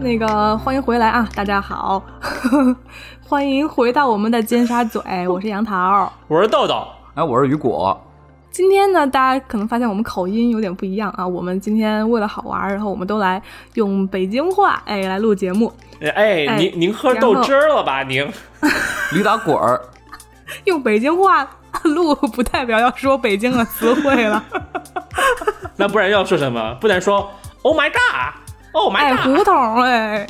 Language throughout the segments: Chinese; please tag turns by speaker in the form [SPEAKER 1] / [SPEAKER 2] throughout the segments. [SPEAKER 1] 那个欢迎回来啊，大家好， 欢迎回到我们的尖沙咀，我是杨桃。
[SPEAKER 2] 我是豆豆，
[SPEAKER 3] 哎，我是雨果，
[SPEAKER 1] 今天呢，大家可能发现我们口音有点不一样啊。我们今天为了好玩儿，然后我们都来用北京话哎来录节目，
[SPEAKER 2] 哎，
[SPEAKER 1] 哎
[SPEAKER 2] 您您喝
[SPEAKER 1] 然后
[SPEAKER 2] 豆汁儿了吧？您
[SPEAKER 3] 驴打滚儿，
[SPEAKER 1] 用北京话录不代表要说北京的词汇了。
[SPEAKER 2] 那不然要说什么？不然说 Oh my God，Oh
[SPEAKER 1] 哎，
[SPEAKER 2] my God，
[SPEAKER 1] 胡同哎，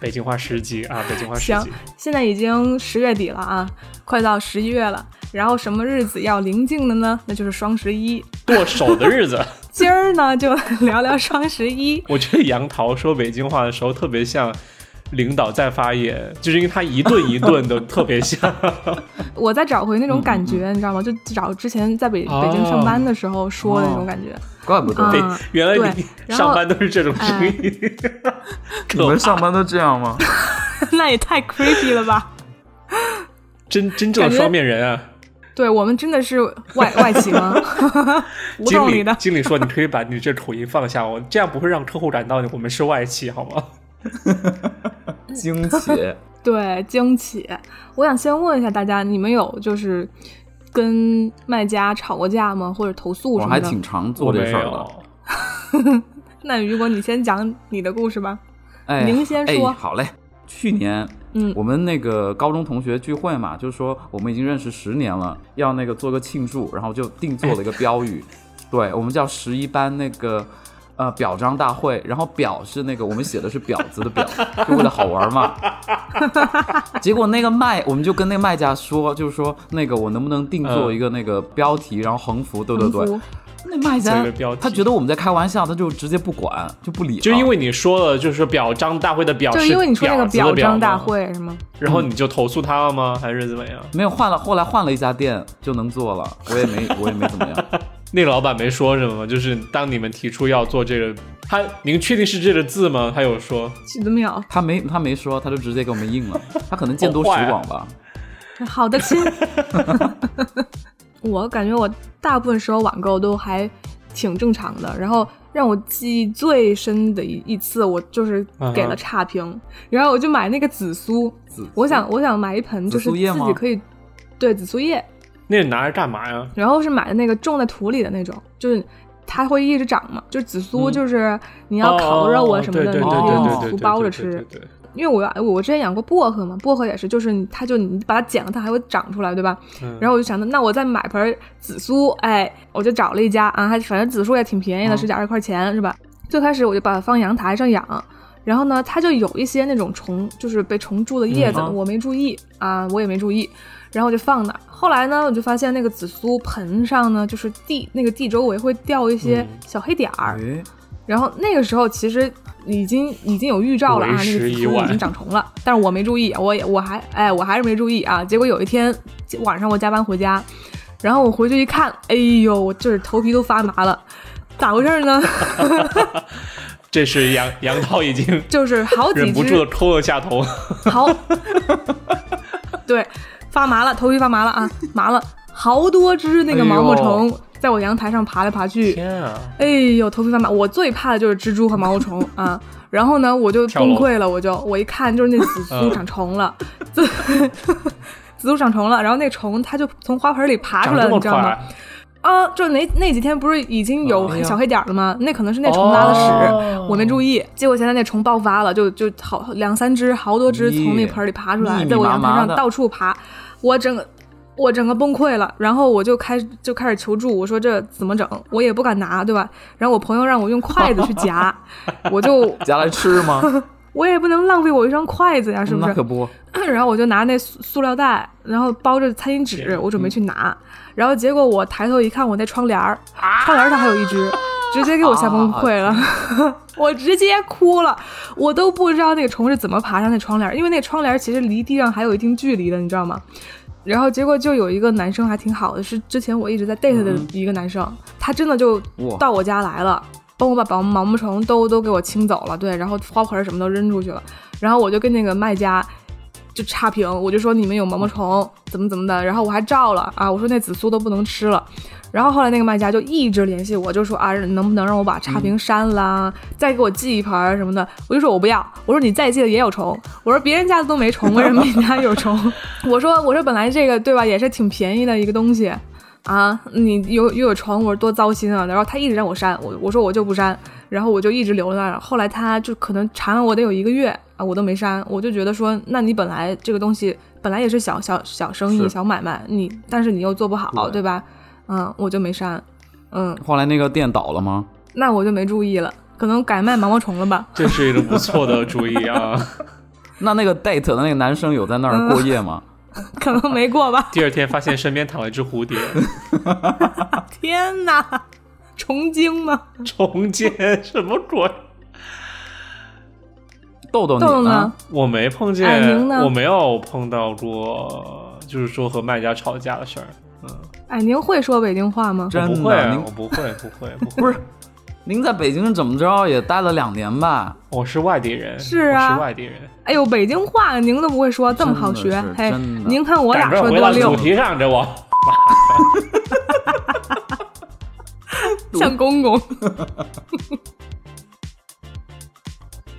[SPEAKER 2] 北京话十级啊，北京话十
[SPEAKER 1] 行
[SPEAKER 2] 级。，
[SPEAKER 1] 现在已经十月底了啊，快到十一月了。然后什么日子要临近的呢？那就是双十一。
[SPEAKER 2] 剁手的日子，
[SPEAKER 1] 今儿呢，就 聊聊双十一。
[SPEAKER 2] 我觉得杨桃说北京话的时候特别像领导在发言，就是因为他一顿一顿的 特别像。
[SPEAKER 1] 啊我在找回那
[SPEAKER 3] 嗯
[SPEAKER 1] 种感觉，你知道吗？就找之前在北、
[SPEAKER 3] 哦
[SPEAKER 1] 北京上班的时候说的那种感觉。
[SPEAKER 3] 怪不
[SPEAKER 1] 啊
[SPEAKER 3] 得
[SPEAKER 2] 对，原来
[SPEAKER 1] 对
[SPEAKER 2] 你
[SPEAKER 1] 然后哎
[SPEAKER 2] 上班都是这种 声音。
[SPEAKER 3] 你们上班都这样吗？
[SPEAKER 1] 那也太 creepy 了吧？
[SPEAKER 2] 真真正
[SPEAKER 1] 感
[SPEAKER 2] 的
[SPEAKER 1] 觉
[SPEAKER 2] 双面人啊！
[SPEAKER 1] 对我们真的是 外外企吗？ 胡
[SPEAKER 2] 经
[SPEAKER 1] 同
[SPEAKER 2] 理
[SPEAKER 1] 里的，
[SPEAKER 2] 经理说：“你可以把你这口音放下，我这样不会让客户感到你我们是外企，好吗
[SPEAKER 3] 惊奇，
[SPEAKER 1] 对惊企。我想先问一下大家，你们有就是跟卖家吵过架吗？或者投诉
[SPEAKER 3] 我
[SPEAKER 1] 什么
[SPEAKER 3] 还
[SPEAKER 1] 的？
[SPEAKER 3] 挺常？”
[SPEAKER 2] 我
[SPEAKER 3] 做这
[SPEAKER 2] 没
[SPEAKER 3] 事儿的。
[SPEAKER 2] 有。
[SPEAKER 1] 那如果你先讲你的故事吧。
[SPEAKER 3] 哎，
[SPEAKER 1] 您先说
[SPEAKER 3] 哎。好嘞，去年。
[SPEAKER 1] 嗯
[SPEAKER 3] 我们那个高中同学聚会嘛，就是说我们已经认识十年了，要那个做个庆祝，然后就定做了一个 标语，对我们叫十一班那个呃表彰大会，然后表是那个我们写的是婊子的婊， 就为了好玩嘛。结果那个卖我们就跟那个卖家说，就是说那个我能不能定做一个那个标题，然后横幅，对对
[SPEAKER 1] 横幅
[SPEAKER 3] 对。那卖
[SPEAKER 2] 做
[SPEAKER 3] 家
[SPEAKER 2] 一个标题
[SPEAKER 3] 他觉得我们在开玩笑，他就直接不管，就不理了。
[SPEAKER 2] 就因为你说了，就是表彰大会的表，
[SPEAKER 1] 就是因为你说那个
[SPEAKER 2] 是婊子的表
[SPEAKER 1] 彰大
[SPEAKER 2] 吗，
[SPEAKER 1] 会是吗？
[SPEAKER 2] 然后你就投诉他了吗？还是怎么样？
[SPEAKER 3] 没有换了，后来换了一家店就能做了，我也没 我也没怎么样。
[SPEAKER 2] 那老板没说什么吗？就是当你们提出要做这个，他您确定是这个字吗？他有说，
[SPEAKER 1] 记得没有？
[SPEAKER 3] 他没他没说，他就直接给我们印了。他可能见多识广
[SPEAKER 1] 哦
[SPEAKER 3] 吧。
[SPEAKER 1] 好的，亲。 我感觉我大部分时候网购都还挺正常的，然后让我记忆最深的一一次，我就是给
[SPEAKER 2] 嗯
[SPEAKER 1] 了
[SPEAKER 2] 哼
[SPEAKER 1] 差评然后我就买那个紫苏，
[SPEAKER 3] 紫
[SPEAKER 1] 我想我想买一盆，就是
[SPEAKER 3] 紫苏叶
[SPEAKER 1] 自
[SPEAKER 3] 吗
[SPEAKER 1] 己可以对紫苏叶，
[SPEAKER 2] 那你拿着干嘛呀？
[SPEAKER 1] 然后是买的那个种在土里的那种，就是它会一直长嘛，就是紫苏，
[SPEAKER 2] 嗯
[SPEAKER 1] 就是你要烤
[SPEAKER 2] 哦
[SPEAKER 1] 肉啊什么的，
[SPEAKER 2] 对
[SPEAKER 1] 你
[SPEAKER 2] 对
[SPEAKER 1] 可以
[SPEAKER 2] 对
[SPEAKER 1] 用
[SPEAKER 2] 对对
[SPEAKER 1] 紫
[SPEAKER 2] 对
[SPEAKER 1] 苏
[SPEAKER 2] 对
[SPEAKER 1] 包着
[SPEAKER 2] 对对
[SPEAKER 1] 吃。
[SPEAKER 2] 对对
[SPEAKER 1] 因为我我之前养过薄荷嘛，薄荷也是，就是你它就你把它剪了，它还会长出来，对吧？
[SPEAKER 2] 嗯
[SPEAKER 1] 然后我就想着，那我再买盆紫苏，哎，我就找了一家啊，还反正紫苏也挺便宜的，
[SPEAKER 3] 嗯
[SPEAKER 1] 十
[SPEAKER 2] 哦
[SPEAKER 1] 几二十块钱是吧？最开始我就把它放阳台上养，然后呢，它就有一些那种虫，就是被虫蛀的叶子，
[SPEAKER 3] 嗯
[SPEAKER 1] 我没注意啊，我也没注意，然后我就放那儿。后来呢，我就发现那个紫苏盆上呢，就是地那个地周围会掉一些
[SPEAKER 2] 嗯
[SPEAKER 1] 小黑点儿，
[SPEAKER 3] 哎，
[SPEAKER 1] 然后那个时候其实已经已经有预兆了啊，
[SPEAKER 2] 为
[SPEAKER 1] 那个
[SPEAKER 2] 时
[SPEAKER 1] 紫
[SPEAKER 2] 已
[SPEAKER 1] 苏已
[SPEAKER 2] 晚
[SPEAKER 1] 经长虫了，但是我没注意，我也我还哎我还是没注意啊。结果有一天晚上我加班回家，然后我回去一看，哎呦，我就是头皮都发麻了，咋回事呢？
[SPEAKER 2] 这是杨杨涛已经
[SPEAKER 1] 就是好几
[SPEAKER 2] 忍不
[SPEAKER 1] 只
[SPEAKER 2] 住的抠了下头，
[SPEAKER 1] 好，对，发麻了，头皮发麻了啊，麻了，好多只那个毛毛
[SPEAKER 3] 哎
[SPEAKER 1] 虫在我阳台上爬来爬去，
[SPEAKER 2] 天啊！
[SPEAKER 1] 哎呦，头皮发麻！我最怕的就是蜘蛛和毛毛 虫啊。然后呢，我就
[SPEAKER 2] 跳
[SPEAKER 1] 崩
[SPEAKER 2] 楼
[SPEAKER 1] 溃了，我就我一看就是那紫苏
[SPEAKER 2] 嗯
[SPEAKER 1] 长虫 了，紫紫苏长虫了，然后那虫它就从花盆里爬出
[SPEAKER 2] 长
[SPEAKER 1] 来
[SPEAKER 2] 这
[SPEAKER 1] 了，你
[SPEAKER 2] 么
[SPEAKER 1] 知道吗
[SPEAKER 2] 快？，
[SPEAKER 1] 啊，就那那几天不是已经有
[SPEAKER 3] 哎呀
[SPEAKER 1] 小黑点儿了吗？那可能是那虫拉的屎，
[SPEAKER 2] 哦
[SPEAKER 1] 我没注意。结果现在那虫爆发了，就就好两三只，好多只从那盆里爬出来，
[SPEAKER 3] 咦
[SPEAKER 1] 在我阳台
[SPEAKER 3] 密密麻
[SPEAKER 1] 上
[SPEAKER 3] 麻的
[SPEAKER 1] 到处爬，我整个。我整个崩溃了，然后我就开始就开始求助，我说这怎么整？我也不敢拿，对吧？然后我朋友让我用筷子去夹，我就
[SPEAKER 3] 夹来 吃吗？
[SPEAKER 1] 我也不能浪费我一双筷子呀， 是不
[SPEAKER 3] 那
[SPEAKER 1] 是
[SPEAKER 3] 可？不，
[SPEAKER 1] 然后我就拿那塑塑料袋，然后包着餐巾纸，我准备去拿，然后结果我抬头一看，我那窗帘儿，窗帘儿上还有一只，直接给我吓崩溃了， 我直接哭了，我都不知道那个虫是怎么爬上那窗帘儿，因为那窗帘儿其实离地上还有一定距离的，你知道吗？然后结果就有一个男生还挺好的，是之前我一直在 date 的一个男生，他真的就
[SPEAKER 3] 哇
[SPEAKER 1] 到我家来了，帮我把毛毛毛虫都都给我清走了，对，然后花盆儿什么都扔出去了，然后我就跟那个卖家就差评，我就说你们有毛毛虫怎么怎么的，然后我还照了啊，我说那紫苏都不能吃了。然后后来那个卖家就一直联系我，就说啊，能不能让我把差评删啦，再给我寄一盘儿什么的？我就说我不要，我说你再寄的也有虫，我说别人家的都没虫，为什 么你家有虫？我说我说本来这个对吧，也是挺便宜的一个东西。啊，你有又有虫，我说多糟心啊！然后他一直让我删，我我说我就不删，然后我就一直留在那儿。后来他就可能缠了我得有一个月啊，我都没删，我就觉得说，那你本来这个东西本来也是小小小生意、
[SPEAKER 3] 是
[SPEAKER 1] 小买卖，你但是你又做不好，
[SPEAKER 3] 对
[SPEAKER 1] 对吧？嗯，我就没删，嗯，
[SPEAKER 3] 后来那个店倒了吗？
[SPEAKER 1] 那我就没注意了，可能改卖毛毛虫了吧？
[SPEAKER 2] 这是一个不错的主意啊。
[SPEAKER 3] 那那个 date 的那个男生有在那儿
[SPEAKER 1] 嗯
[SPEAKER 3] 过夜吗？
[SPEAKER 1] 可能没过吧？
[SPEAKER 2] 第二天发现身边躺了一只蝴蝶，
[SPEAKER 1] 天哪，虫精吗？
[SPEAKER 2] 重建什么鬼？
[SPEAKER 3] 豆豆你啊
[SPEAKER 1] 豆豆
[SPEAKER 3] 呢
[SPEAKER 1] 呢？？
[SPEAKER 2] 我没碰见
[SPEAKER 1] 哎您，呢
[SPEAKER 2] 我没有碰到过，就是说和卖家吵架的事儿。
[SPEAKER 1] 哎，您会说北京话吗？
[SPEAKER 2] 我
[SPEAKER 3] 真
[SPEAKER 2] 不会
[SPEAKER 3] 的，
[SPEAKER 2] 啊，
[SPEAKER 3] 您
[SPEAKER 2] 我不会，不会，不会。
[SPEAKER 3] 不是您在北京是怎么着也待了两年吧？
[SPEAKER 2] 我是外地 人，
[SPEAKER 1] 是
[SPEAKER 2] 我
[SPEAKER 1] 啊
[SPEAKER 2] 是外地人。
[SPEAKER 1] 哎呦，北京话您都不会说，这么好学
[SPEAKER 3] 真的是？
[SPEAKER 1] 嘿
[SPEAKER 3] 真的，
[SPEAKER 1] 您看我
[SPEAKER 2] 赶
[SPEAKER 1] 俩
[SPEAKER 2] 快
[SPEAKER 1] 说
[SPEAKER 2] 回
[SPEAKER 1] 多
[SPEAKER 2] 到主
[SPEAKER 1] 溜，
[SPEAKER 2] 题上，这我
[SPEAKER 1] 像公 公。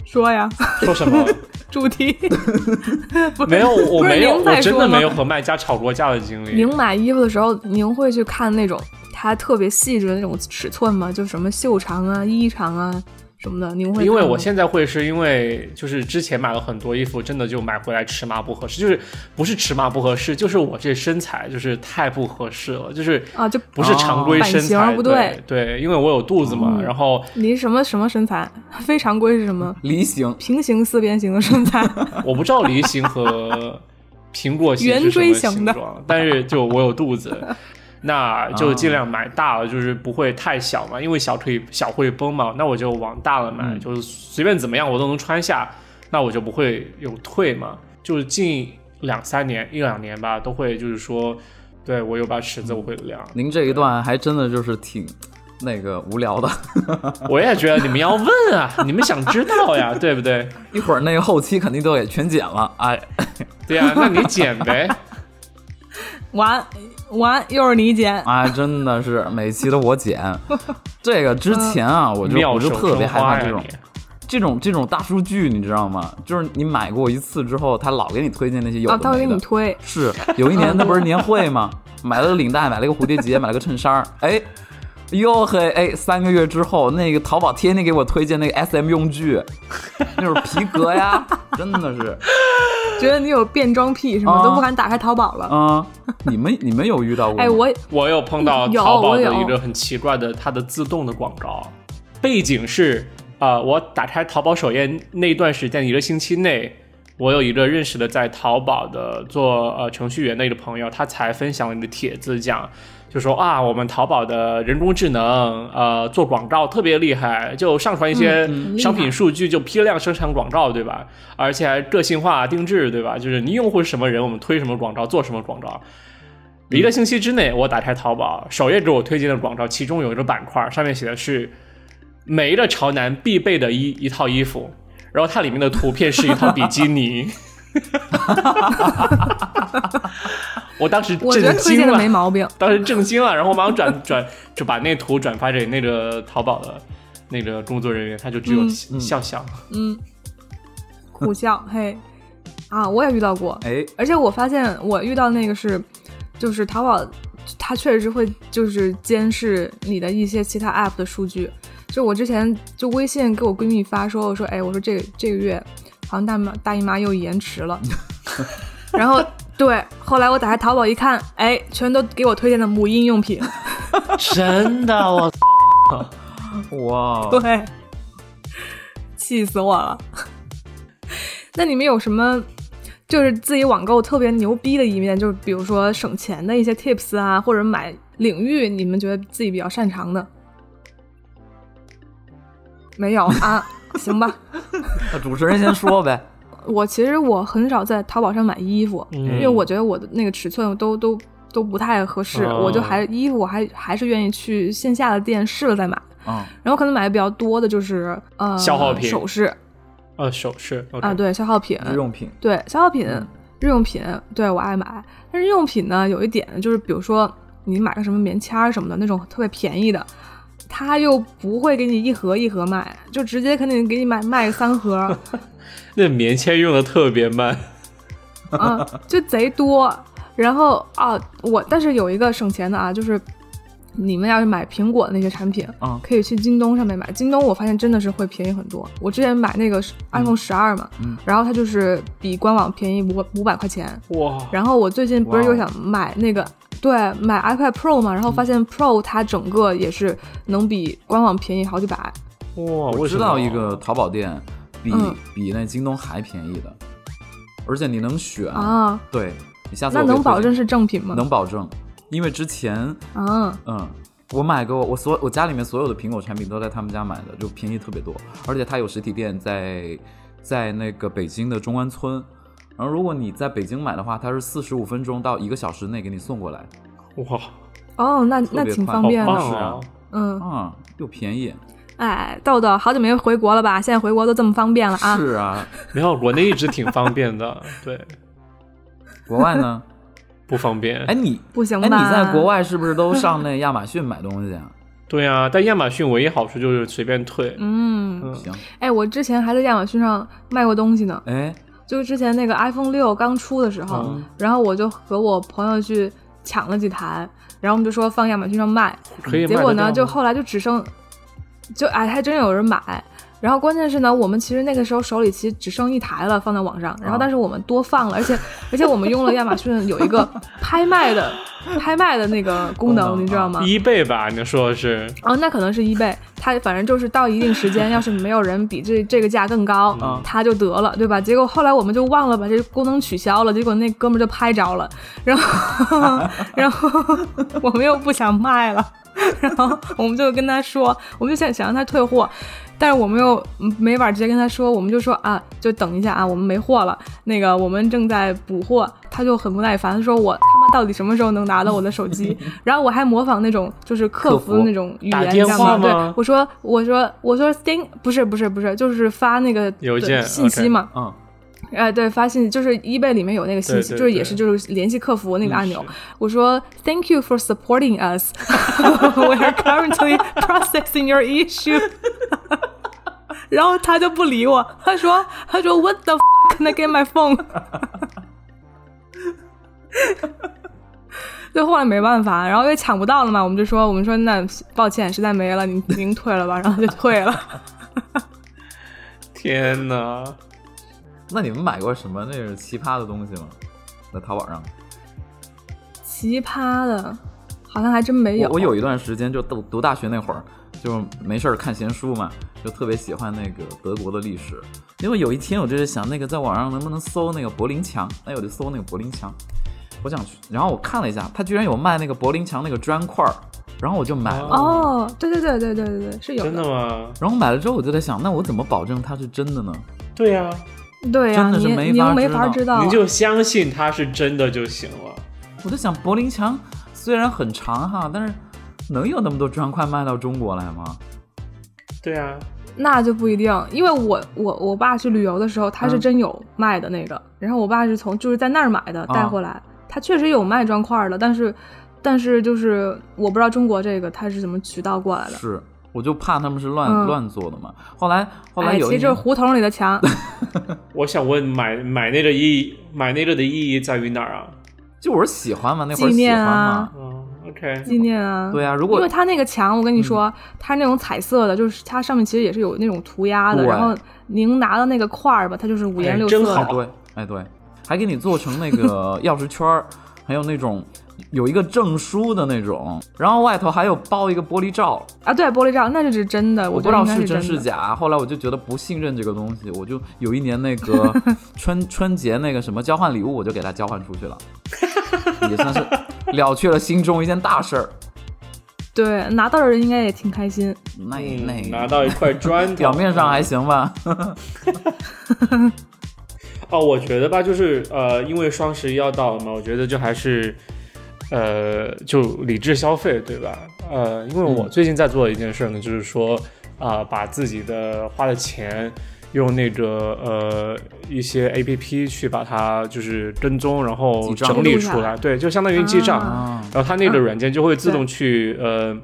[SPEAKER 1] 说呀，
[SPEAKER 2] 说 什么？
[SPEAKER 1] 主 题不是
[SPEAKER 2] 没有，我
[SPEAKER 1] 不是
[SPEAKER 2] 没有，
[SPEAKER 1] 您在
[SPEAKER 2] 我真
[SPEAKER 1] 说
[SPEAKER 2] 的
[SPEAKER 1] 吗
[SPEAKER 2] 没有和卖家吵过架的经历。
[SPEAKER 1] 您买衣服的时候，您会去看那种它特别细致的那种尺寸吗？就什么袖长啊、衣长啊什么的，您会看吗？
[SPEAKER 2] 因为我现在会是因为就是之前买了很多衣服，真的就买回来尺码不合适，就是不是尺码不合适，就是我这身材就是太不合适了，就是
[SPEAKER 1] 啊就
[SPEAKER 2] 不是常规
[SPEAKER 1] 哦
[SPEAKER 2] 身
[SPEAKER 1] 版
[SPEAKER 2] 材，
[SPEAKER 1] 型不
[SPEAKER 2] 对
[SPEAKER 1] 对
[SPEAKER 2] 对，因为我有肚子嘛，
[SPEAKER 1] 嗯
[SPEAKER 2] 然后
[SPEAKER 1] 您什么什么身材？ 非常规是什么？
[SPEAKER 3] 梨形
[SPEAKER 1] 平行四边形的身 材，
[SPEAKER 2] 我不知道梨形和苹果形是
[SPEAKER 1] 圆
[SPEAKER 2] 什么
[SPEAKER 1] 锥形
[SPEAKER 2] 形
[SPEAKER 1] 的
[SPEAKER 2] 状，但是就我有肚子，那就尽量买大了，就是不会太小 嘛，因为小腿小会崩嘛，那我就往大了买，
[SPEAKER 3] 嗯
[SPEAKER 2] 就是随便怎么样我都能穿下，那我就不会有退嘛。就是近两三年一两年吧，都会就是说，对我有把尺子我会 量。
[SPEAKER 3] 您这一段还真的就是挺那个无聊的，
[SPEAKER 2] 我也觉得你们要问啊，你们想知道呀，对不对？
[SPEAKER 3] 一会儿那个后期肯定都给全剪了。哎，
[SPEAKER 2] 对呀、那你减呗。
[SPEAKER 1] 完完又是你 姐，
[SPEAKER 3] 哎，真的是每期都我剪。这个之前啊， 我就
[SPEAKER 2] 嗯妙
[SPEAKER 3] 我就
[SPEAKER 2] 手
[SPEAKER 3] 特别
[SPEAKER 2] 生
[SPEAKER 3] 害
[SPEAKER 2] 花
[SPEAKER 3] 怕
[SPEAKER 2] 呀
[SPEAKER 3] 这
[SPEAKER 2] 你！
[SPEAKER 3] 种这种这种大数据，你知道吗？就是你买过一次之后，他老给你推荐那些有的
[SPEAKER 1] 啊，
[SPEAKER 3] 没的。
[SPEAKER 1] 他会给你推，
[SPEAKER 3] 是有一年那不是年会吗？买了个领带，买了个蝴蝶结，买了个衬衫儿，哎。哟嘿，哎，三个月之后，那个淘宝贴那给我推荐那个 SM 用具，那种皮革呀，真的是，
[SPEAKER 1] 觉得你有变装癖什
[SPEAKER 3] 啊
[SPEAKER 1] 么都不敢打开淘宝了。
[SPEAKER 3] 啊、你们你们有遇到过吗？
[SPEAKER 1] 哎，我
[SPEAKER 2] 我有碰到
[SPEAKER 1] 有
[SPEAKER 2] 淘宝
[SPEAKER 1] 我
[SPEAKER 2] 的
[SPEAKER 1] 有
[SPEAKER 2] 一个很奇怪的，它的自动的广告，背景是啊、呃我打开淘宝首页那段时间，一个星期内，我有一个认识的在淘宝的做呃程序员的一个朋友，他才分享了一个帖子讲。就说啊，我们淘宝的人工智能，呃，做广告特别厉害，就上传一些
[SPEAKER 1] 厉
[SPEAKER 2] 商品
[SPEAKER 1] 害
[SPEAKER 2] 数据，就批量生产广告，对吧？而且还个性化定制，对吧？就是你用户是什么人，我们推什么广告，做什么广告。一个星期之内，我打开淘宝首页给我推荐的广告，其中有一个板块上面写的是每一个潮男必备的一一套衣服，然后它里面的图片是一套比基 尼。我当时
[SPEAKER 1] 我觉得
[SPEAKER 2] 震
[SPEAKER 1] 推
[SPEAKER 2] 惊
[SPEAKER 1] 荐的没
[SPEAKER 2] 了，
[SPEAKER 1] 毛病，
[SPEAKER 2] 当时震惊了，然后我马上转 转就把那图转发给那个淘宝的那个工作人员，他就只有
[SPEAKER 1] 嗯
[SPEAKER 2] 笑笑。
[SPEAKER 1] 嗯，苦笑，嘿，啊，我也遇到过，
[SPEAKER 3] 哎，
[SPEAKER 1] 而且我发现我遇到那个是，就是淘宝，它确实会就是监视你的一些其他 app 的数据。就我之前就微信给我闺蜜发说，我说哎，我说这个这个月好像大妈大姨妈又延迟了， 然后对，后来我打开淘宝一看，哎，全都给我推荐的母婴用品，
[SPEAKER 2] 真的，我
[SPEAKER 3] 哇，
[SPEAKER 1] 对，气死我了。 那你们有什么就是自己网购特别牛逼的一面？就是比如说省钱的一些 tips 啊，或者买领域你们觉得自己比较擅长的？没有啊， 行吧。
[SPEAKER 3] 那主持人先说呗。
[SPEAKER 1] 我其实我很少在淘宝上买衣服，
[SPEAKER 2] 嗯
[SPEAKER 1] 因为我觉得我的那个尺寸都都都不太合适，
[SPEAKER 2] 哦
[SPEAKER 1] 我就还衣服我还还是愿意去线下的店试了再买。
[SPEAKER 3] 嗯，
[SPEAKER 1] 然后可能买的比较多的就是呃
[SPEAKER 2] 消耗品
[SPEAKER 1] 首饰，
[SPEAKER 2] 呃，首饰 o
[SPEAKER 1] 啊，对，消耗品，
[SPEAKER 3] 日用品嗯
[SPEAKER 1] 对，消耗品，日用品对我爱买，但是日用品呢，有一点就是，比如说你买个什么棉签儿什么的那种特别便宜的，他又不会给你一盒一盒卖，就直接肯定给你买卖个三 盒，
[SPEAKER 2] 那棉签用的特别慢，
[SPEAKER 1] 啊，就贼多。然后啊，我但是有一个省钱的啊，就是你们要是买苹果的那些产品，
[SPEAKER 3] 嗯
[SPEAKER 1] 可以去京东上面买。京东我发现真的是会便宜很多。我之前买那个 iPhone 十二嘛，
[SPEAKER 3] 嗯
[SPEAKER 1] 然后它就是比官网便宜五五百块钱。
[SPEAKER 2] 哇，
[SPEAKER 1] 然后我最近不是
[SPEAKER 3] 哇
[SPEAKER 1] 又
[SPEAKER 3] 哦
[SPEAKER 1] 想买那个。对，买 iPad Pro 嘛，然后发
[SPEAKER 3] 嗯
[SPEAKER 1] 现 Pro 它整个也是能比官网便宜好几百，
[SPEAKER 2] 哇，
[SPEAKER 3] 我
[SPEAKER 2] 为什
[SPEAKER 3] 知道
[SPEAKER 2] 么
[SPEAKER 3] 一个淘宝店比、
[SPEAKER 1] 嗯
[SPEAKER 3] 比那京东还便宜的，而且你能选。
[SPEAKER 1] 啊，
[SPEAKER 3] 对，你下次
[SPEAKER 1] 那
[SPEAKER 3] 我可以
[SPEAKER 1] 能
[SPEAKER 3] 推
[SPEAKER 1] 保
[SPEAKER 3] 荐
[SPEAKER 1] 证是正品吗？
[SPEAKER 3] 能保证，因为之前
[SPEAKER 1] 啊，
[SPEAKER 3] 嗯，我买过我所我家里面所有的苹果产品都在他们家买的，就便宜特别多，而且它有实体店在在那个北京的中关村。然后如果你在北京买的话，它是四十五分钟到一个小时内给你送过来，
[SPEAKER 2] 哇，好
[SPEAKER 1] 哦，那
[SPEAKER 3] 特
[SPEAKER 1] 那
[SPEAKER 3] 别
[SPEAKER 1] 挺
[SPEAKER 3] 快
[SPEAKER 1] 方
[SPEAKER 3] 好
[SPEAKER 1] 便的，
[SPEAKER 2] 棒啊！
[SPEAKER 1] 嗯，
[SPEAKER 3] 啊，又便宜。
[SPEAKER 1] 哎，豆豆，好久没回国了吧？现在回国都这么方便了啊！
[SPEAKER 3] 是啊，
[SPEAKER 2] 没有，国内一直挺方便的， 对，
[SPEAKER 3] 国 外呢？
[SPEAKER 2] 不方便。
[SPEAKER 3] 哎你
[SPEAKER 1] 不行
[SPEAKER 3] 哎
[SPEAKER 1] 吧？
[SPEAKER 3] 你在国外是不是都上那亚马逊买东西啊？
[SPEAKER 2] 对啊，但亚马逊唯一好处就是随便退。
[SPEAKER 1] 嗯，
[SPEAKER 2] 嗯
[SPEAKER 3] 行，
[SPEAKER 1] 哎，我之前还在亚马逊上卖过东西呢，
[SPEAKER 3] 哎，
[SPEAKER 1] 就是之前那个 iPhone 六刚出的时候，
[SPEAKER 2] 嗯
[SPEAKER 1] 然后我就和我朋友去抢了几台，然后我们就说放亚马逊上卖，
[SPEAKER 2] 可以卖
[SPEAKER 1] 结
[SPEAKER 2] 得
[SPEAKER 1] 果
[SPEAKER 2] 掉
[SPEAKER 1] 呢，
[SPEAKER 2] 吗
[SPEAKER 1] 就后来就只剩，就哎，还真有人买。然后关键是呢，我们其实那个时候手里其实只剩一台了，放在网上。
[SPEAKER 2] 啊
[SPEAKER 1] 然后但是我们多放了，而且而且我们用了亚马逊有一个拍卖的拍卖的那个功
[SPEAKER 3] 功
[SPEAKER 1] 能，
[SPEAKER 3] 能
[SPEAKER 1] 你知道吗？
[SPEAKER 2] 一倍吧？你说的是？
[SPEAKER 1] 哦，那可能是 eBay，它反正就是到一定时间，要是没有人比这这个价更高，
[SPEAKER 3] 嗯
[SPEAKER 1] 它就得了，对吧？结果后来我们就忘了把这功能取消了，结果那哥们儿就拍着了，然后然后我们又不想卖了，然后我们就跟他说，我们就想想让他退货。但是我们又嗯没法直接跟他说，我们就说啊，就等一下啊，我们没货了，那个我们正在补货。他就很不耐烦，他说我他妈到底什么时候能拿到我的手机？然后我还模仿那种就是客
[SPEAKER 3] 客
[SPEAKER 1] 服的
[SPEAKER 3] 服
[SPEAKER 1] 那种语
[SPEAKER 2] 打
[SPEAKER 1] 言，
[SPEAKER 2] 电
[SPEAKER 1] 你知道
[SPEAKER 2] 话
[SPEAKER 1] 对
[SPEAKER 2] 吗，
[SPEAKER 1] 我说我说我说 sting 不是不是不是，就是发那个
[SPEAKER 2] 邮
[SPEAKER 1] 对
[SPEAKER 2] 件
[SPEAKER 1] 信息
[SPEAKER 2] OK
[SPEAKER 1] 嘛，
[SPEAKER 3] 嗯，
[SPEAKER 1] 哎对，发信息就是 eBay 里面有那个信息，
[SPEAKER 2] 对对
[SPEAKER 1] 就是也
[SPEAKER 2] 对
[SPEAKER 1] 是就是联系客服那个按钮
[SPEAKER 2] 嗯。
[SPEAKER 1] 我说 Thank you for supporting us. We are currently processing your issue. 然后他就不理我，他说他说 What the fuck can I get my phone？最后来没办法，然后也抢不到了嘛，我们就说我们说那抱歉，实在没了，您您退了吧，然后就退了。
[SPEAKER 2] 天哪！
[SPEAKER 3] 那你们买过什么那种奇葩的东西吗？在淘宝上？
[SPEAKER 1] 奇葩的，好像还真没有。
[SPEAKER 3] 我我有一段时间就读读大学那会儿，就没事儿看闲书嘛，就特别喜欢那个德国的历史。因为有一天我就是想，那个在网上能不能搜那个柏林墙？哎，我就搜那个柏林墙，我想去。然后我看了一下，他居然有卖那个柏林墙那个砖块儿，然后我就买了。
[SPEAKER 1] 哦，对对对对对对对，是有
[SPEAKER 2] 嗯真的吗？
[SPEAKER 3] 然后买了之后，我就在想，那我怎么保证它是真的呢？
[SPEAKER 2] 对呀、
[SPEAKER 1] 对呀、
[SPEAKER 3] 真的是
[SPEAKER 1] 你
[SPEAKER 3] 没
[SPEAKER 1] 你
[SPEAKER 3] 法
[SPEAKER 1] 又没
[SPEAKER 3] 知
[SPEAKER 1] 法
[SPEAKER 3] 道
[SPEAKER 1] 知道啊，
[SPEAKER 2] 您就相信它是真的就行了。
[SPEAKER 3] 我就想，柏林墙虽然很长哈，但是能有那么多砖块卖到中国来吗？
[SPEAKER 2] 对啊，
[SPEAKER 1] 那就不一定，因为我我我爸去旅游的时候，他是
[SPEAKER 3] 嗯
[SPEAKER 1] 真有卖的那个，然后我爸是从就是在那儿买的带回来，他确实有卖砖块儿的，但是但是就是我不知道中国这个他是怎么渠道过来的。
[SPEAKER 3] 是，我就怕他们是乱、
[SPEAKER 1] 嗯
[SPEAKER 3] 乱做的嘛。后来后来
[SPEAKER 1] 哎，
[SPEAKER 3] 有
[SPEAKER 1] 其
[SPEAKER 3] 一
[SPEAKER 1] 实就
[SPEAKER 3] 年
[SPEAKER 1] 是胡同里的 墙，
[SPEAKER 2] 我想问买买那个意义，买那个的意义在于哪儿啊？
[SPEAKER 3] 就我是喜欢嘛，那会儿
[SPEAKER 1] 纪
[SPEAKER 3] 喜
[SPEAKER 1] 念
[SPEAKER 3] 欢
[SPEAKER 1] 啊
[SPEAKER 3] 嘛。
[SPEAKER 2] 嗯，OK，
[SPEAKER 1] 纪念啊。
[SPEAKER 3] 对啊，如
[SPEAKER 1] 因
[SPEAKER 3] 果嗯
[SPEAKER 1] 为它那个墙，我跟你说，它是那种彩色的，就是它上面其实也是有那种涂鸦的，
[SPEAKER 3] 对
[SPEAKER 1] 然后您拿的那个块儿吧，它就是五
[SPEAKER 2] 哎
[SPEAKER 1] 颜六色
[SPEAKER 2] 真
[SPEAKER 1] 的。
[SPEAKER 2] 好
[SPEAKER 3] 对，哎对，还给你做成 那个钥匙圈儿，还有那种有一个证书的那种，然后外头还有包一个玻璃罩，
[SPEAKER 1] 啊，对，玻璃罩那是是真的，我
[SPEAKER 3] 不知
[SPEAKER 1] 觉得
[SPEAKER 3] 道
[SPEAKER 1] 应该
[SPEAKER 3] 是
[SPEAKER 1] 真
[SPEAKER 3] 真是
[SPEAKER 1] 的。
[SPEAKER 3] 假。后来我就觉得不信任这个东西，我就有一年那 个春春节那个什么交换礼物，我就给它交换出去了，也算是了却了心中一件大事儿。
[SPEAKER 1] 对，拿到的人应该也挺开心。
[SPEAKER 3] 那那
[SPEAKER 2] 嗯，拿到一块砖头，
[SPEAKER 3] 表面上还行吧，
[SPEAKER 2] 哦，我觉得吧，就是呃，因为双十一要到了嘛，我觉得就还是呃，就理智消费，对吧？
[SPEAKER 3] 嗯
[SPEAKER 2] 呃，因为我最近在做的一件事呢，就是说啊、把自己的花的钱用那个呃一些 A P P 去把它就是跟踪，然后
[SPEAKER 3] 记账
[SPEAKER 2] 整理
[SPEAKER 1] 记录下
[SPEAKER 2] 出
[SPEAKER 1] 来
[SPEAKER 2] 来，对，就相当于记账，
[SPEAKER 1] 啊
[SPEAKER 2] 然后它那
[SPEAKER 1] 嗯
[SPEAKER 2] 个软件就会自动去呃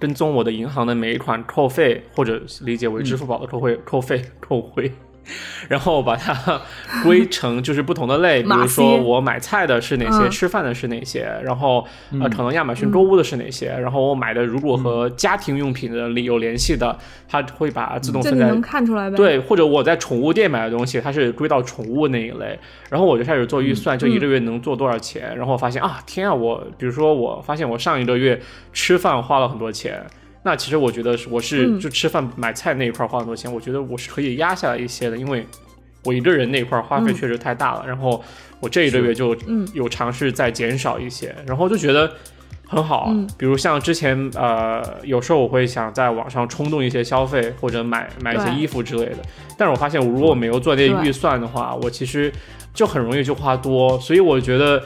[SPEAKER 2] 跟踪我的银行的每一款扣费，或者理解为支付宝的扣费、
[SPEAKER 1] 嗯
[SPEAKER 2] 扣费扣回。 然后把它归成就是不同的类，比
[SPEAKER 1] 马
[SPEAKER 2] 如说
[SPEAKER 1] 斯
[SPEAKER 2] 我买菜的是哪些，
[SPEAKER 1] 嗯
[SPEAKER 2] 吃饭的是哪些，然后呃可能亚马逊购物的是哪些，然后我买的如果
[SPEAKER 1] 嗯
[SPEAKER 2] 和家庭用品的里有联系的，它会把它自动
[SPEAKER 1] 这
[SPEAKER 2] 分
[SPEAKER 1] 你
[SPEAKER 2] 在
[SPEAKER 1] 能看出来呗？，
[SPEAKER 2] 对，或者我在宠物店买的东西，它是归到宠物那一类，然后我就开始做预
[SPEAKER 1] 嗯
[SPEAKER 2] 算，就一个月能做多少钱，然后我发现啊，天啊，我比如说我发现我上一个月吃饭花了很多钱，那其实我觉得是我是
[SPEAKER 1] 嗯
[SPEAKER 2] 就吃饭买菜那一块花很多钱，我觉得我是可以压下来一些的，因为我一个人那块花费
[SPEAKER 1] 嗯
[SPEAKER 2] 确实太大了，然后我这一个月就
[SPEAKER 1] 嗯
[SPEAKER 2] 有尝试再减少一些，然后就觉得很好。啊
[SPEAKER 1] 嗯
[SPEAKER 2] 比如像之前呃，有时候我会想在网上冲动一些消费或者买买一些
[SPEAKER 1] 对
[SPEAKER 2] 衣服之类的，但是我发现如果我没有做那些
[SPEAKER 1] 对
[SPEAKER 2] 预算的话，我其实就很容易就花多，所以我觉得。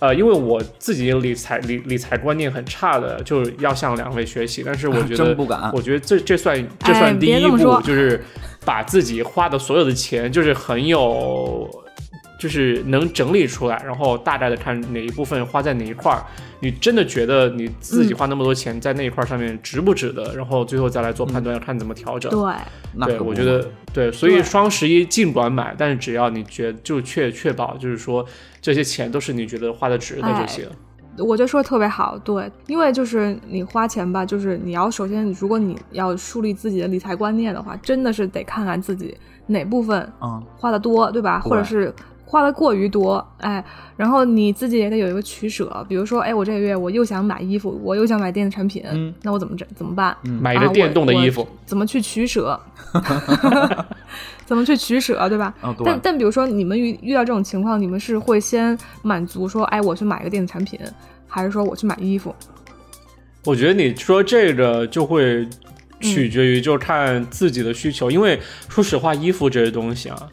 [SPEAKER 2] 呃，因为我自己理财理理财观念很差的，就是要向两位学习。但是我觉得
[SPEAKER 3] 真不敢
[SPEAKER 2] 我觉得这这算这算第
[SPEAKER 1] 哎别
[SPEAKER 2] 一
[SPEAKER 1] 这么
[SPEAKER 2] 步，
[SPEAKER 1] 说
[SPEAKER 2] 就是把自己花的所有的钱，就是很有，就是能整理出来，然后大概的看哪一部分花在哪一块儿。你真的觉得你自
[SPEAKER 1] 嗯
[SPEAKER 2] 己花那么多钱在那一块儿上面值不值得？然后最后再来做判断，看怎么调整。
[SPEAKER 1] 对，
[SPEAKER 3] 嗯那
[SPEAKER 2] 对，
[SPEAKER 3] 可
[SPEAKER 2] 我
[SPEAKER 3] 不
[SPEAKER 2] 觉
[SPEAKER 3] 嘛
[SPEAKER 2] 得对，所以
[SPEAKER 1] 对
[SPEAKER 2] 双十一尽管买，但是只要你觉就确确保，就是说这些钱都是你觉得花的值的就
[SPEAKER 1] 哎
[SPEAKER 2] 行。
[SPEAKER 1] 我觉得说的特别好，对，因为就是你花钱吧，就是你要首先，如果你要树立自己的理财观念的话，真的是得看看自己哪部分
[SPEAKER 3] 嗯，
[SPEAKER 1] 花的多，对吧？
[SPEAKER 3] 对
[SPEAKER 1] 或者是花的过于多，哎，然后你自己也得有一个取舍，比如说，哎，我这个月我又想买衣服，我又想买电子产品，
[SPEAKER 3] 嗯
[SPEAKER 1] 那我怎么整怎么办？
[SPEAKER 2] 买一个
[SPEAKER 1] 啊
[SPEAKER 2] 电动的衣，服
[SPEAKER 1] 我，我怎么去取舍？ 怎么去取舍，对吧？
[SPEAKER 3] 哦对
[SPEAKER 1] 但但比如说，你们遇遇到这种情况，你们是会先满足说，哎，我去买一个电子产品，还是说我去买衣服？
[SPEAKER 2] 我觉得你说这个就会取决于就看自己的需求，因为说实话，衣服这些东西啊，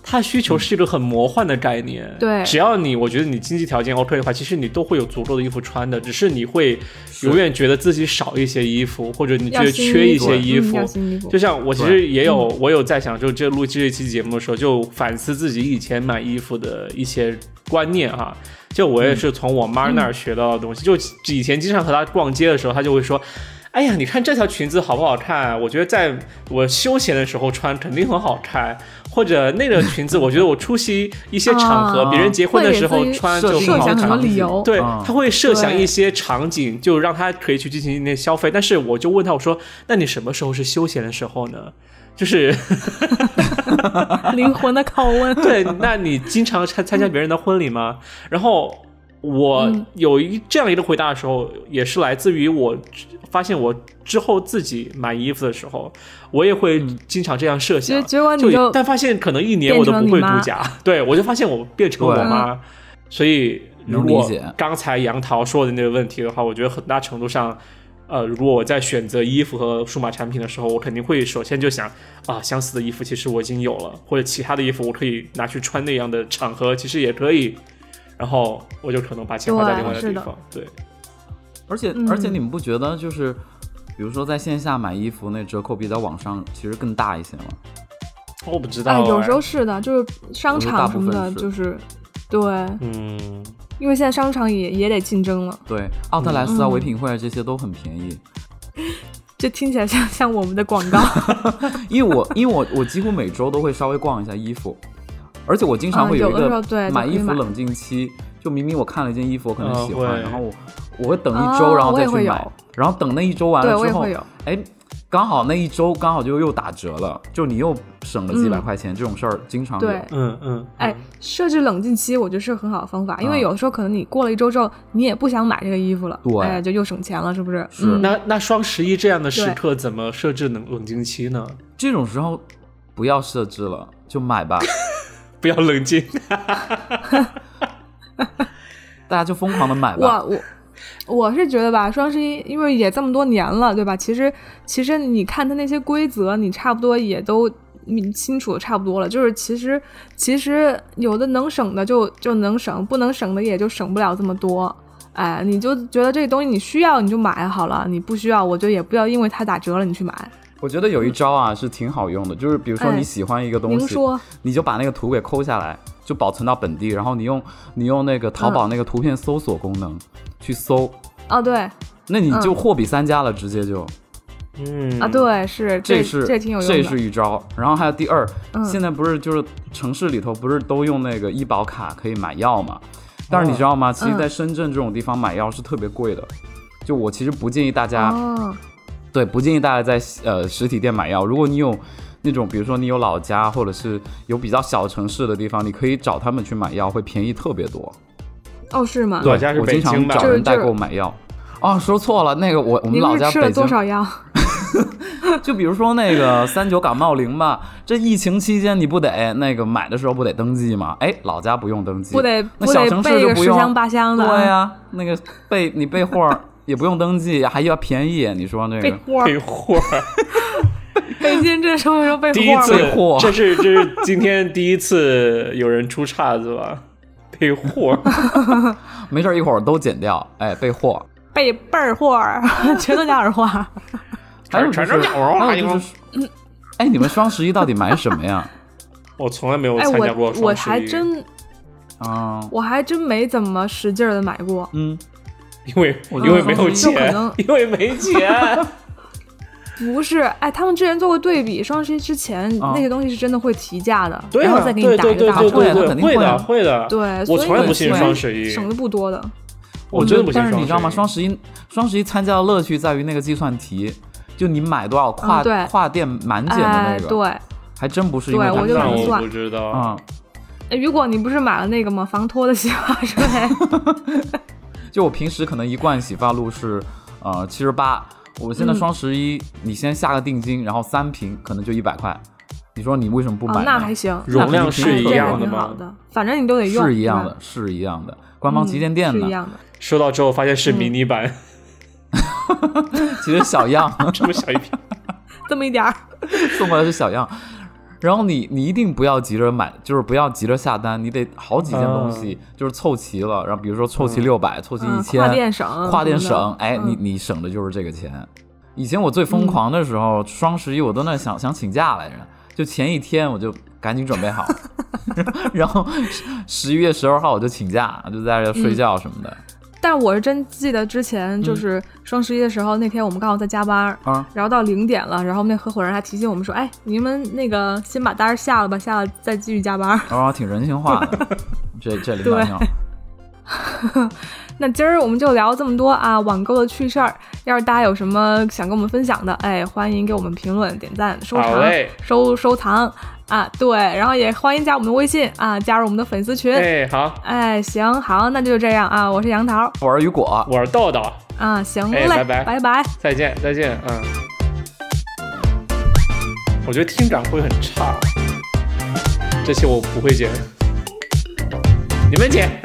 [SPEAKER 2] 它需求是一个很魔幻的概念。
[SPEAKER 1] 对
[SPEAKER 2] 只要你我觉得你经济条件 OK 的话，其实你都会有足够的衣服穿的，只是你会永远觉得自己少一些衣服，或者你觉
[SPEAKER 1] 要
[SPEAKER 2] 得
[SPEAKER 1] 新
[SPEAKER 2] 缺一
[SPEAKER 1] 服
[SPEAKER 2] 些衣
[SPEAKER 1] 嗯
[SPEAKER 2] 服。
[SPEAKER 1] 要新衣服
[SPEAKER 2] 就。像我其实也有，我有在想，就这录这一期节目的时候，就反思自己以前买衣服的一些观念哈。就我也是从我妈那儿学到的东西，就以前经常和她逛街的时候，她就会说。哎呀，你看这条裙子好不好看？啊我觉得在我休闲的时候穿肯定很好看，或者那个裙子，我觉得我出席一些场合，
[SPEAKER 1] 啊
[SPEAKER 2] 别人结婚的时候
[SPEAKER 1] 会给自己
[SPEAKER 2] 穿就
[SPEAKER 3] 设
[SPEAKER 2] 很
[SPEAKER 1] 设
[SPEAKER 2] 好
[SPEAKER 1] 想什
[SPEAKER 2] 看
[SPEAKER 1] 么。理由？
[SPEAKER 2] 对，
[SPEAKER 3] 嗯
[SPEAKER 2] 他会设想
[SPEAKER 1] 对
[SPEAKER 2] 一些场景，就让他可以去进行一些消费。但是我就问他，我说：“那你什么时候是休闲的时候呢？”就是
[SPEAKER 1] 灵魂的拷问。
[SPEAKER 2] 对，那你经常参参加别人的婚礼吗？然后我
[SPEAKER 1] 嗯
[SPEAKER 2] 有一这样一个回答的时候，也是来自于我发现我之后自己买衣服的时候，我也会经常这样设想。啊
[SPEAKER 1] 结结果你
[SPEAKER 2] 就
[SPEAKER 1] 就
[SPEAKER 2] 但发现可能一年我都不会
[SPEAKER 1] 变成了你
[SPEAKER 2] 独
[SPEAKER 1] 妈
[SPEAKER 2] 家，对我就发现我变成我
[SPEAKER 3] 对
[SPEAKER 2] 妈，所以如
[SPEAKER 3] 能理
[SPEAKER 2] 果
[SPEAKER 3] 解
[SPEAKER 2] 刚才杨桃说的那个问题的话，我觉得很大程度上，呃，如果我在选择衣服和数码产品的时候，我肯定会首先就想啊，相似的衣服其实我已经有了，或者其他的衣服我可以拿去穿那样的场合，其实也可以，然后我就可能把钱花在
[SPEAKER 1] 对
[SPEAKER 2] 另外的
[SPEAKER 1] 是
[SPEAKER 2] 地
[SPEAKER 1] 的
[SPEAKER 2] 方，对。
[SPEAKER 3] 而且
[SPEAKER 1] 嗯
[SPEAKER 3] 而且你们不觉得就是，比如说在线下买衣服那折扣比在网上其实更大一些吗？
[SPEAKER 2] 我不知道、
[SPEAKER 1] 哎，有
[SPEAKER 2] 哎
[SPEAKER 1] 时候是的，就是商场什么的，
[SPEAKER 3] 有时候大部分是
[SPEAKER 1] 就是对，
[SPEAKER 2] 嗯，
[SPEAKER 1] 因为现在商场也也得竞争了。
[SPEAKER 3] 对，奥特莱斯啊、
[SPEAKER 1] 嗯
[SPEAKER 3] 唯品会啊这些都很便宜，
[SPEAKER 1] 这听起来像像我们的广 告，
[SPEAKER 3] 因为我 因为我我几乎每周都会稍微逛一下衣服，而且我经常
[SPEAKER 1] 啊
[SPEAKER 3] 会
[SPEAKER 1] 有
[SPEAKER 3] 一
[SPEAKER 1] 的时
[SPEAKER 3] 个
[SPEAKER 1] 候对
[SPEAKER 3] 买
[SPEAKER 1] 就
[SPEAKER 3] 衣
[SPEAKER 1] 可以
[SPEAKER 3] 服
[SPEAKER 1] 买
[SPEAKER 3] 冷静期，就明明我看了一件衣服我可能
[SPEAKER 2] 嗯
[SPEAKER 3] 喜
[SPEAKER 2] 会
[SPEAKER 3] 欢，然后我我会等一周
[SPEAKER 1] 哦
[SPEAKER 3] 然后
[SPEAKER 1] 我
[SPEAKER 3] 再
[SPEAKER 1] 也会
[SPEAKER 3] 去买
[SPEAKER 1] 有，
[SPEAKER 3] 然后等那一周完
[SPEAKER 1] 对
[SPEAKER 3] 了
[SPEAKER 1] 我
[SPEAKER 3] 之
[SPEAKER 1] 也
[SPEAKER 3] 后
[SPEAKER 1] 会，有。
[SPEAKER 3] 哎，刚好那一周刚好就又打折了，就你又省了几百
[SPEAKER 1] 嗯
[SPEAKER 3] 块钱，这种事儿经常有
[SPEAKER 1] 对。
[SPEAKER 2] 嗯嗯，
[SPEAKER 1] 哎，设置冷静期，我觉得是个很好的方法，因为有的时候可能你过了一周之后，你也不想买这个衣服了，
[SPEAKER 3] 啊对
[SPEAKER 1] 哎，就又省钱了，是不是？
[SPEAKER 3] 是
[SPEAKER 1] 嗯、
[SPEAKER 2] 那那双十一这样的时
[SPEAKER 1] 对
[SPEAKER 2] 刻怎么设置冷冷静期呢？
[SPEAKER 3] 这种时候不要设置了，就买 吧，
[SPEAKER 2] 不要冷静，
[SPEAKER 3] 大家就疯狂的买吧。
[SPEAKER 1] 我我。我是觉得吧，双十一因为也这么多年了，对吧？其实其实你看它那些规则，你差不多也都你清楚的差不多了。就是其实其实有的能省的就就能省，不能省的也就省不了这么多。哎，你就觉得这东西你需要你就买好了，你不需要我就也不要因为它打折了你去买。
[SPEAKER 3] 我觉得有一招啊是挺好用的，就是比如说
[SPEAKER 1] 哎
[SPEAKER 3] 你喜欢一个东
[SPEAKER 1] 您
[SPEAKER 3] 西，
[SPEAKER 1] 说
[SPEAKER 3] 你就把那个图给抠下来，就保存到本地，然后你用你用那个淘宝那个图片搜索功能去搜，
[SPEAKER 1] 啊，对
[SPEAKER 3] 那你
[SPEAKER 1] 嗯
[SPEAKER 3] 就货比三家了，直接就
[SPEAKER 2] 嗯
[SPEAKER 1] 啊，对，是
[SPEAKER 3] 这
[SPEAKER 1] 这
[SPEAKER 3] 是
[SPEAKER 1] 这挺有用
[SPEAKER 3] 这
[SPEAKER 1] 的，
[SPEAKER 3] 是一招。然后还有第二，
[SPEAKER 1] 嗯
[SPEAKER 3] 现在不是就是城市里头不是都用那个医保卡可以买药嘛？但
[SPEAKER 1] 哦
[SPEAKER 3] 是你知道吗？
[SPEAKER 1] 嗯
[SPEAKER 3] 其实，在深圳这种地方买药是特别贵的。就我其实不建议大家，
[SPEAKER 1] 哦，
[SPEAKER 3] 对，不建议大家在呃实体店买药。如果你有那种，比如说你有老家或者是有比较小城市的地方，你可以找他们去买药，会便宜特别多。
[SPEAKER 1] 哦是吗？
[SPEAKER 2] 嗯老家是
[SPEAKER 3] 我
[SPEAKER 2] 北
[SPEAKER 3] 经
[SPEAKER 2] 京
[SPEAKER 3] 常
[SPEAKER 2] 吧
[SPEAKER 3] 找
[SPEAKER 1] 就是
[SPEAKER 3] 人代
[SPEAKER 1] 就是
[SPEAKER 3] 购买药。哦，说错了，那个我我们
[SPEAKER 1] 您
[SPEAKER 3] 老
[SPEAKER 1] 是
[SPEAKER 3] 家
[SPEAKER 1] 吃
[SPEAKER 3] 北
[SPEAKER 1] 了
[SPEAKER 3] 京
[SPEAKER 1] 多少药？
[SPEAKER 3] 就比如说那 个三九感冒灵吧，这疫情期间你不得那个买的时候不得登记吗？哎，老家不用登记，
[SPEAKER 1] 不得不
[SPEAKER 3] 那小
[SPEAKER 1] 得
[SPEAKER 3] 城市
[SPEAKER 1] 备
[SPEAKER 3] 就
[SPEAKER 1] 个
[SPEAKER 3] 不
[SPEAKER 1] 十
[SPEAKER 3] 用，
[SPEAKER 1] 箱八箱的，啊
[SPEAKER 3] 对呀、那个备你备货 儿也不用登记，还要便宜，你说那
[SPEAKER 1] 备
[SPEAKER 3] 个
[SPEAKER 1] 货儿，
[SPEAKER 2] 配货。
[SPEAKER 1] 北京这什么时候备
[SPEAKER 2] 第一
[SPEAKER 1] 货
[SPEAKER 2] 次
[SPEAKER 1] 儿吗？
[SPEAKER 3] 备货
[SPEAKER 2] 这是这是今天第一次有人出岔子吧？配货，
[SPEAKER 3] 没事儿一会儿都剪掉，哎，备货。
[SPEAKER 1] 备倍儿货儿， 全都加耳话。
[SPEAKER 3] 还有就
[SPEAKER 2] 全
[SPEAKER 3] 是，
[SPEAKER 2] 全是鸟儿
[SPEAKER 3] 还有
[SPEAKER 2] 还
[SPEAKER 3] 就
[SPEAKER 2] 有
[SPEAKER 3] 是，哎，你们双十一到底买什 么呀？
[SPEAKER 2] 我从来没有
[SPEAKER 1] 哎，
[SPEAKER 2] 参加过
[SPEAKER 1] 我我
[SPEAKER 2] 双十一，
[SPEAKER 1] 还真
[SPEAKER 3] 啊，
[SPEAKER 1] 我还真没怎么使劲的买过，
[SPEAKER 3] 嗯，
[SPEAKER 2] 因为
[SPEAKER 3] 我
[SPEAKER 2] 因为没有
[SPEAKER 1] 就可
[SPEAKER 2] 钱
[SPEAKER 1] 能，
[SPEAKER 2] 因为没钱。
[SPEAKER 1] 不是，哎，他们之前做过对比，双十一之前、
[SPEAKER 3] 啊
[SPEAKER 1] 那些东西是真的会提价的，
[SPEAKER 2] 对
[SPEAKER 1] 然
[SPEAKER 2] 啊，
[SPEAKER 1] 后再给你打
[SPEAKER 2] 对
[SPEAKER 1] 一
[SPEAKER 2] 对
[SPEAKER 1] 个大
[SPEAKER 2] 对对
[SPEAKER 1] 折。
[SPEAKER 3] 会啊
[SPEAKER 2] 对
[SPEAKER 3] 他
[SPEAKER 2] 对，
[SPEAKER 3] 肯定会啊
[SPEAKER 2] 的会的。
[SPEAKER 1] 对，
[SPEAKER 2] 我
[SPEAKER 1] 所以
[SPEAKER 2] 从来不
[SPEAKER 1] 虽
[SPEAKER 2] 信
[SPEAKER 1] 然
[SPEAKER 2] 双十一，
[SPEAKER 1] 省的不多的。
[SPEAKER 2] 我真的不信
[SPEAKER 3] 但是
[SPEAKER 2] 双
[SPEAKER 3] 你知道吗？
[SPEAKER 2] 十一
[SPEAKER 3] 双十一，双十一参加的乐趣在于那个计算题，就你买多少跨、
[SPEAKER 1] 嗯对
[SPEAKER 3] 跨店满减的那
[SPEAKER 1] 哎，
[SPEAKER 3] 个，
[SPEAKER 1] 对，
[SPEAKER 3] 还真不是因为
[SPEAKER 1] 对
[SPEAKER 3] 它
[SPEAKER 1] 我就
[SPEAKER 3] 便
[SPEAKER 2] 那
[SPEAKER 1] 能
[SPEAKER 3] 宜
[SPEAKER 2] 我
[SPEAKER 1] 算
[SPEAKER 2] 不知道。
[SPEAKER 3] 啊、
[SPEAKER 1] 哎雨果，你不是买了那个吗？防脱的洗发水，
[SPEAKER 3] 就我平时可能一罐洗发露是呃七十八，我现在
[SPEAKER 1] 嗯
[SPEAKER 3] 双十一、你先下个定金，然后三瓶可能就一百块，你说你为什么不买
[SPEAKER 1] 哦，
[SPEAKER 3] 呢？
[SPEAKER 1] 那还行，
[SPEAKER 2] 容量是
[SPEAKER 1] 哎
[SPEAKER 2] 一
[SPEAKER 1] 这
[SPEAKER 2] 样
[SPEAKER 1] 还
[SPEAKER 2] 的
[SPEAKER 1] 挺好
[SPEAKER 2] 吗？
[SPEAKER 1] 的，反正你都得用，
[SPEAKER 3] 是一样
[SPEAKER 1] 对吧嗯
[SPEAKER 3] 的，，是一样的。官方旗舰店
[SPEAKER 1] 是
[SPEAKER 3] 呢
[SPEAKER 1] 一，样的。
[SPEAKER 2] 收到之后发现是迷 你版，
[SPEAKER 3] 其实小样
[SPEAKER 2] 这么小一瓶。
[SPEAKER 1] 这么一点儿，
[SPEAKER 3] 送过来是小样。然后你你一定不要急着买，就是不要急着下单，你得好几件东西、就是凑齐了，然后比如说凑齐六百、凑齐
[SPEAKER 1] 嗯
[SPEAKER 3] 一千、
[SPEAKER 1] 跨店省，
[SPEAKER 3] 跨店省，哎，
[SPEAKER 1] 嗯
[SPEAKER 3] 你你省的就是这个钱。以前我最疯狂的时候，双十一我都那想想请假来着，就前一天我就赶紧准 备好，然后十一月十二号我就请假，就在这
[SPEAKER 1] 嗯
[SPEAKER 3] 睡觉什么的、
[SPEAKER 1] 但我是真记得之
[SPEAKER 2] 嗯
[SPEAKER 1] 前就是双十一的时候，那天我们刚好在加班，
[SPEAKER 3] 啊。
[SPEAKER 1] 然后到零点了，然后我们那合伙人还提醒我们说：“哎，你们那个先把单儿下了吧，下了再继续加班儿。
[SPEAKER 3] 然后挺人性化 的，这这领导
[SPEAKER 1] 对
[SPEAKER 3] 娘，”
[SPEAKER 1] 那今儿我们就聊这么多啊，网购的趣事儿。要是大家有什么想跟我们分享的，哎，欢迎给我们评论、点赞、收
[SPEAKER 2] 好
[SPEAKER 1] 藏、
[SPEAKER 2] 嘞，
[SPEAKER 1] 收收藏啊。对，然后也欢迎加我们的微信啊，加入我们的粉丝群。哎
[SPEAKER 2] 哎，好，
[SPEAKER 1] 行，好，那就这样啊。我是杨桃
[SPEAKER 3] 我是雨果，
[SPEAKER 2] 我是豆豆，
[SPEAKER 1] 啊，行嘞，
[SPEAKER 2] 哎拜拜
[SPEAKER 1] 拜拜
[SPEAKER 2] 再见，再见，嗯。我觉得听感会很差，这些我不会剪，你们剪。